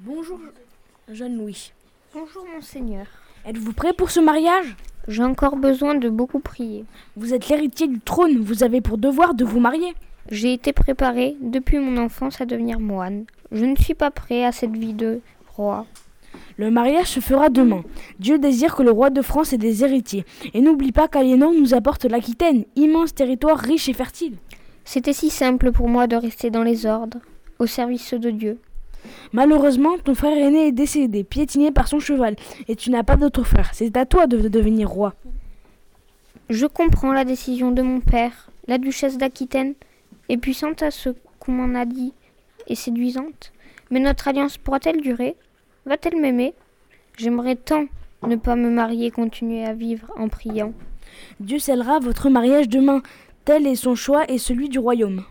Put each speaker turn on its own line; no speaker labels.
Bonjour, jeune Louis.
Bonjour monseigneur.
Êtes-vous prêt pour ce mariage
J'ai encore besoin de beaucoup prier.
Vous êtes l'héritier du trône, vous avez pour devoir de vous marier.
J'ai été préparé depuis mon enfance à devenir moine. Je ne suis pas prêt à cette vie de roi.
Le mariage se fera demain. Dieu désire que le roi de France ait des héritiers. Et n'oublie pas qu'Aliénor nous apporte l'Aquitaine, immense territoire riche et fertile.
C'était si simple pour moi de rester dans les ordres, au service de Dieu.
Malheureusement, ton frère aîné est décédé, piétiné par son cheval, et tu n'as pas d'autre frère. C'est à toi de devenir roi.
Je comprends la décision de mon père. La duchesse d'Aquitaine est puissante à ce qu'on m'en a dit et séduisante. Mais notre alliance pourra-t-elle durer Va-t-elle m'aimer J'aimerais tant ne pas me marier et continuer à vivre en priant.
Dieu scellera votre mariage demain. Tel est son choix et celui du royaume.